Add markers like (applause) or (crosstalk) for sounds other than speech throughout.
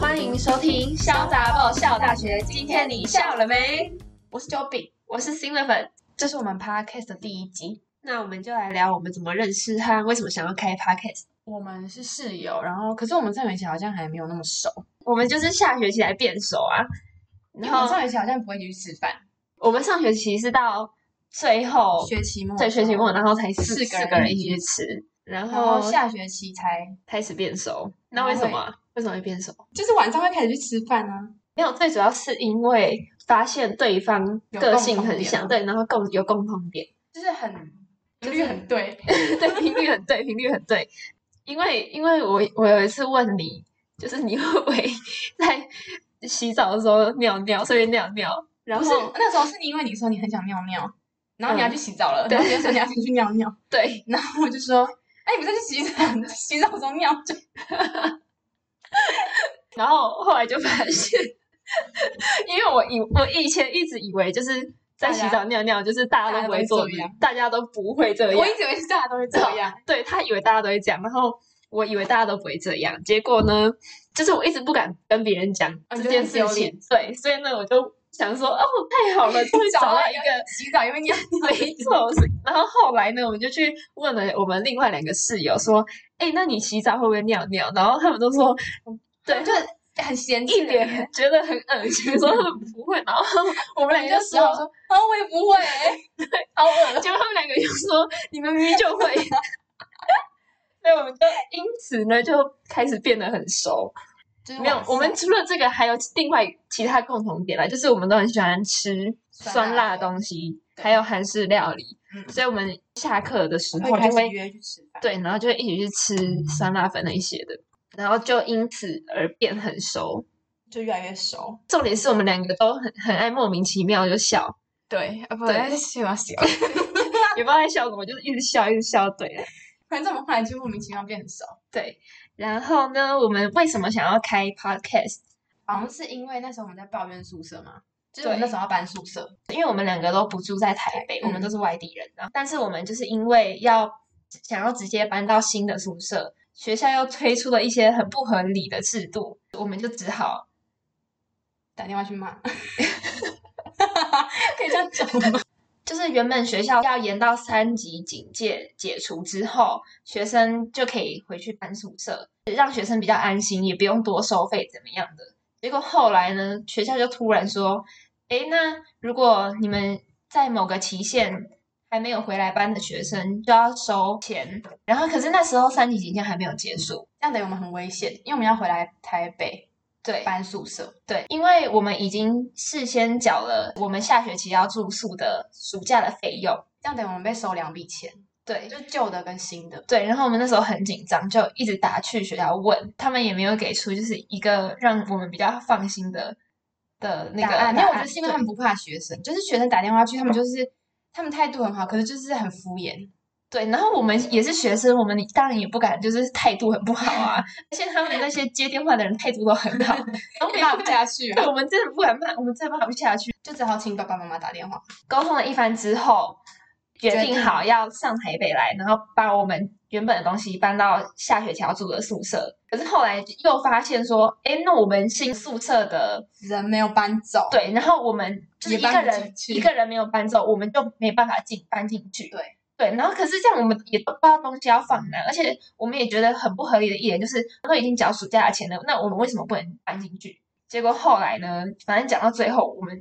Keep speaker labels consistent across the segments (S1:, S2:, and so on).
S1: 欢迎收听《潇洒爆笑大学》，今天你笑了没？我是 j 饼，我是新的粉，这是我们 Podcast 的第一集。那我们就来聊我们怎么认识和为什么想要开 Podcast。
S2: 我们是室友，然后可是我们上学期好像还没有那么熟，
S1: 我们就是下学期来变熟啊，
S2: 因为
S1: 然
S2: 我们
S1: 后
S2: 上学期好像不会一起去吃饭，
S1: 我们上学期是到最后
S2: 学期末
S1: 哦对学期末，然哦后才四
S2: 四个人
S1: 个人
S2: 一
S1: 一
S2: 起
S1: 起去吃，然
S2: 然后
S1: 后
S2: 下学期才
S1: 开始变熟。那
S2: 然
S1: 为
S2: 后
S1: 什
S2: 会
S1: 么啊？为什么会变熟？
S2: 就是晚上会开始去吃饭啊，
S1: 没有，最主要是因为发现对方
S2: 有
S1: 个
S2: 共
S1: 性
S2: 同
S1: 很
S2: 点
S1: 像，
S2: 吗
S1: 对，然后共有共同点。 (laughs)
S2: 就是很
S1: 就是
S2: 频率很对，
S1: 对，频率很对，频率很对。因为因为我我有一次问你，就是你会 (laughs) 不会在洗澡的时候尿尿，所以尿尿，然
S2: 不是
S1: 后
S2: 那时候是因为你说你很想尿尿，然后你要
S1: 嗯
S2: 去洗澡了，
S1: 对
S2: 然后你就说你要先去尿尿，
S1: 对，
S2: 然后我就说，哎，你不是去洗澡，洗澡的时候尿就
S1: 然后后来就发现，因为我以我以前一直以为就是在
S2: 大
S1: 洗
S2: 家
S1: 澡尿尿，就是大
S2: 大
S1: 家都
S2: 家
S1: 不
S2: 都
S1: 会
S2: 会
S1: 做
S2: 这样，
S1: 大家都不会这
S2: 我
S1: 样
S2: 一，直以为是大家都会这 (laughs) 样，
S1: 对他以为大家都会这样，然后。我以为大家都不会这样，结果呢，就是我一直不敢跟别人讲
S2: 啊
S1: 这
S2: 你觉得
S1: 件
S2: 很
S1: 事
S2: 丢
S1: 情
S2: 脸，
S1: 对，所以呢，我就想说，哦，太好
S2: (laughs)
S1: 了，终于找
S2: 找
S1: 到
S2: 到
S1: 一
S2: 一
S1: 个
S2: 洗澡因为尿尿
S1: 没错，是然后后来呢，我们就去问了我们另外两个室友说：“哎、那你洗澡会不会尿尿？”然后他们都说：“嗯对，就
S2: 很嫌弃
S1: 一
S2: 的
S1: 脸
S2: 耶。
S1: 觉得很恶 (laughs) 心，说他们不会。”然后我们
S2: 我
S1: 两
S2: 们
S1: 个
S2: 就
S1: 就
S2: 说， (laughs) 我说啊，我也不会、
S1: 好恶，结果他们两个就说：“你们明明就会。” (laughs) 所以我们就因此呢，就开始变得很熟。
S2: 就是
S1: 没有
S2: 晚，上
S1: 我们除了这个，还有另外其他共同点啦，就是我们都很喜欢吃酸
S2: 酸
S1: 辣
S2: 辣
S1: 的东西，
S2: 对
S1: 还有韩式料理。
S2: 嗯
S1: 所以我们下课的时候
S2: 会开
S1: 就
S2: 始
S1: 会
S2: 约去吃饭。
S1: 对，然后就会一起去吃酸辣粉那一些的，然后就因此而变很熟。
S2: 就越来越熟。
S1: 重点是我们两个都很很爱莫名其妙就笑，
S2: 对，啊不，
S1: 对
S2: 在洗澡洗。
S1: (laughs) 也不知道在笑什么，就是一直笑一直笑。对
S2: 反正我们后来就莫名其妙变很熟，
S1: 对，然后呢，我们为什么想要开 podcast？
S2: 好像是因为那时候我们在抱怨宿舍嘛，就是我们
S1: 对
S2: 那时候要搬宿舍，
S1: 因为我们两个都不住在台北，我们
S2: 嗯
S1: 都是外地人啊。但是我们就是因为要想要直接搬到新的宿舍，学校又推出了一些很不合理的制度，我们就只好
S2: 打电话去 (laughs) 骂，可以这样讲吗？
S1: 就是原本学校要延到三级警戒解除之后，学生就可以回去搬宿舍，让学生比较安心，也不用多收费怎么样的。结果后来呢，学校就突然说：“诶，那如果你们在某个期限还没有回来班的学生，就要收钱。”然后可是那时候三级警戒还没有结束，
S2: 这样等于我们很危险，因为我们要回来台北
S1: 对
S2: 搬宿舍，
S1: 对，因为我们已经事先缴了我们下学期要住宿的暑假的费用，
S2: 这样等于我们被收两笔钱，
S1: 对，
S2: 就旧的跟新的。
S1: 对，然后我们那时候很紧张，就一直打去学校问，他们也没有给出就是一个让我们比较放心的的那
S2: 答
S1: 个
S2: 案，因为我觉得是因为
S1: 新
S2: 他们不怕学生，就是学生打电话去，他们就是他们态度很好，可是就是很敷衍。
S1: 对，然后我们也是学生，我们当然也不敢就是态度很不好啊， (laughs) 而且他们那些接电话的人态度都很
S2: (laughs)
S1: 好，然后我们也
S2: 骂
S1: 不
S2: 不
S1: 敢，
S2: 下去
S1: 对，
S2: 啊，
S1: 我们真的不敢骂，我们真的骂不下去。
S2: 就只好请爸爸妈妈打电话。
S1: 沟通了一番之后，决
S2: 决
S1: 定
S2: 定
S1: 好要上台北来，然后把我们原本的东西搬到下学期要住的宿舍。可是后来又发现说，诶，那我们新宿舍的
S2: 人没有搬走，
S1: 对，然后我们就是
S2: 也
S1: 一
S2: 搬
S1: 个
S2: 不
S1: 人
S2: 进去
S1: 一个人没有搬走，我们就没办法进搬进去。
S2: 对
S1: 对，然后可是这样我们也都不知道东西要放哪，而且我们也觉得很不合理的一点就是，都已经缴暑假的钱了，那我们为什么不能搬进去？结果后来呢，反正讲到最后，我们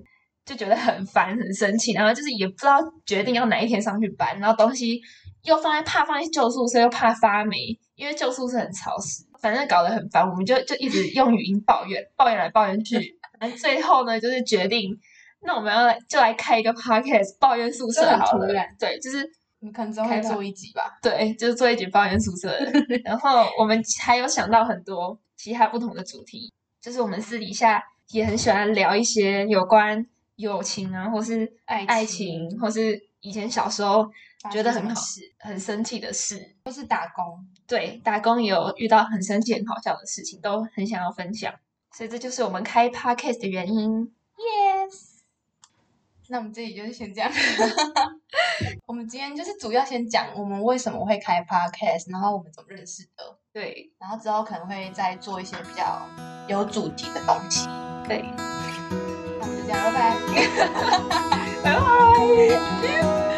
S1: 就觉得很烦、很生气，然后就是也不知道决定要哪一天上去搬，然后东西又放在怕放在旧宿舍，又怕发霉，因为旧宿舍很潮湿，反正搞得很烦，我们就就一直用语音抱怨，抱怨来抱
S2: (laughs)
S1: 怨去，反正最后呢，就是决定，那我们要来就来开一个 podcast 抱怨宿舍
S2: 这很
S1: 好了
S2: 突然，
S1: 对，就是
S2: 你可能之后会
S1: 开吧
S2: 做一集吧。
S1: 对，就是做一集抱怨宿舍的。
S2: (laughs)
S1: 然后我们还有想到很多其他不同的主题，就是我们私底下也很喜欢聊一些有关友情啊，或是
S2: 爱
S1: 爱
S2: 情
S1: 情，或是以前小时候
S2: 发
S1: 觉得
S2: 生
S1: 很
S2: 什么
S1: 好、很生气的事。
S2: 都是打工，
S1: 对，打工也有遇到很生气、很好笑的事情，都很想要分享。所以这就是我们开 podcast 的原因。
S2: Yes。那我们这里就是先这样。 (laughs) 我们今天就是主要先讲我们为什么会开 podcast，然后我们怎么认识的，
S1: 对
S2: 然后之后可能会再做一些比较有主题的东西。
S1: 对，
S2: 那我们就这样，拜拜。
S1: 拜拜。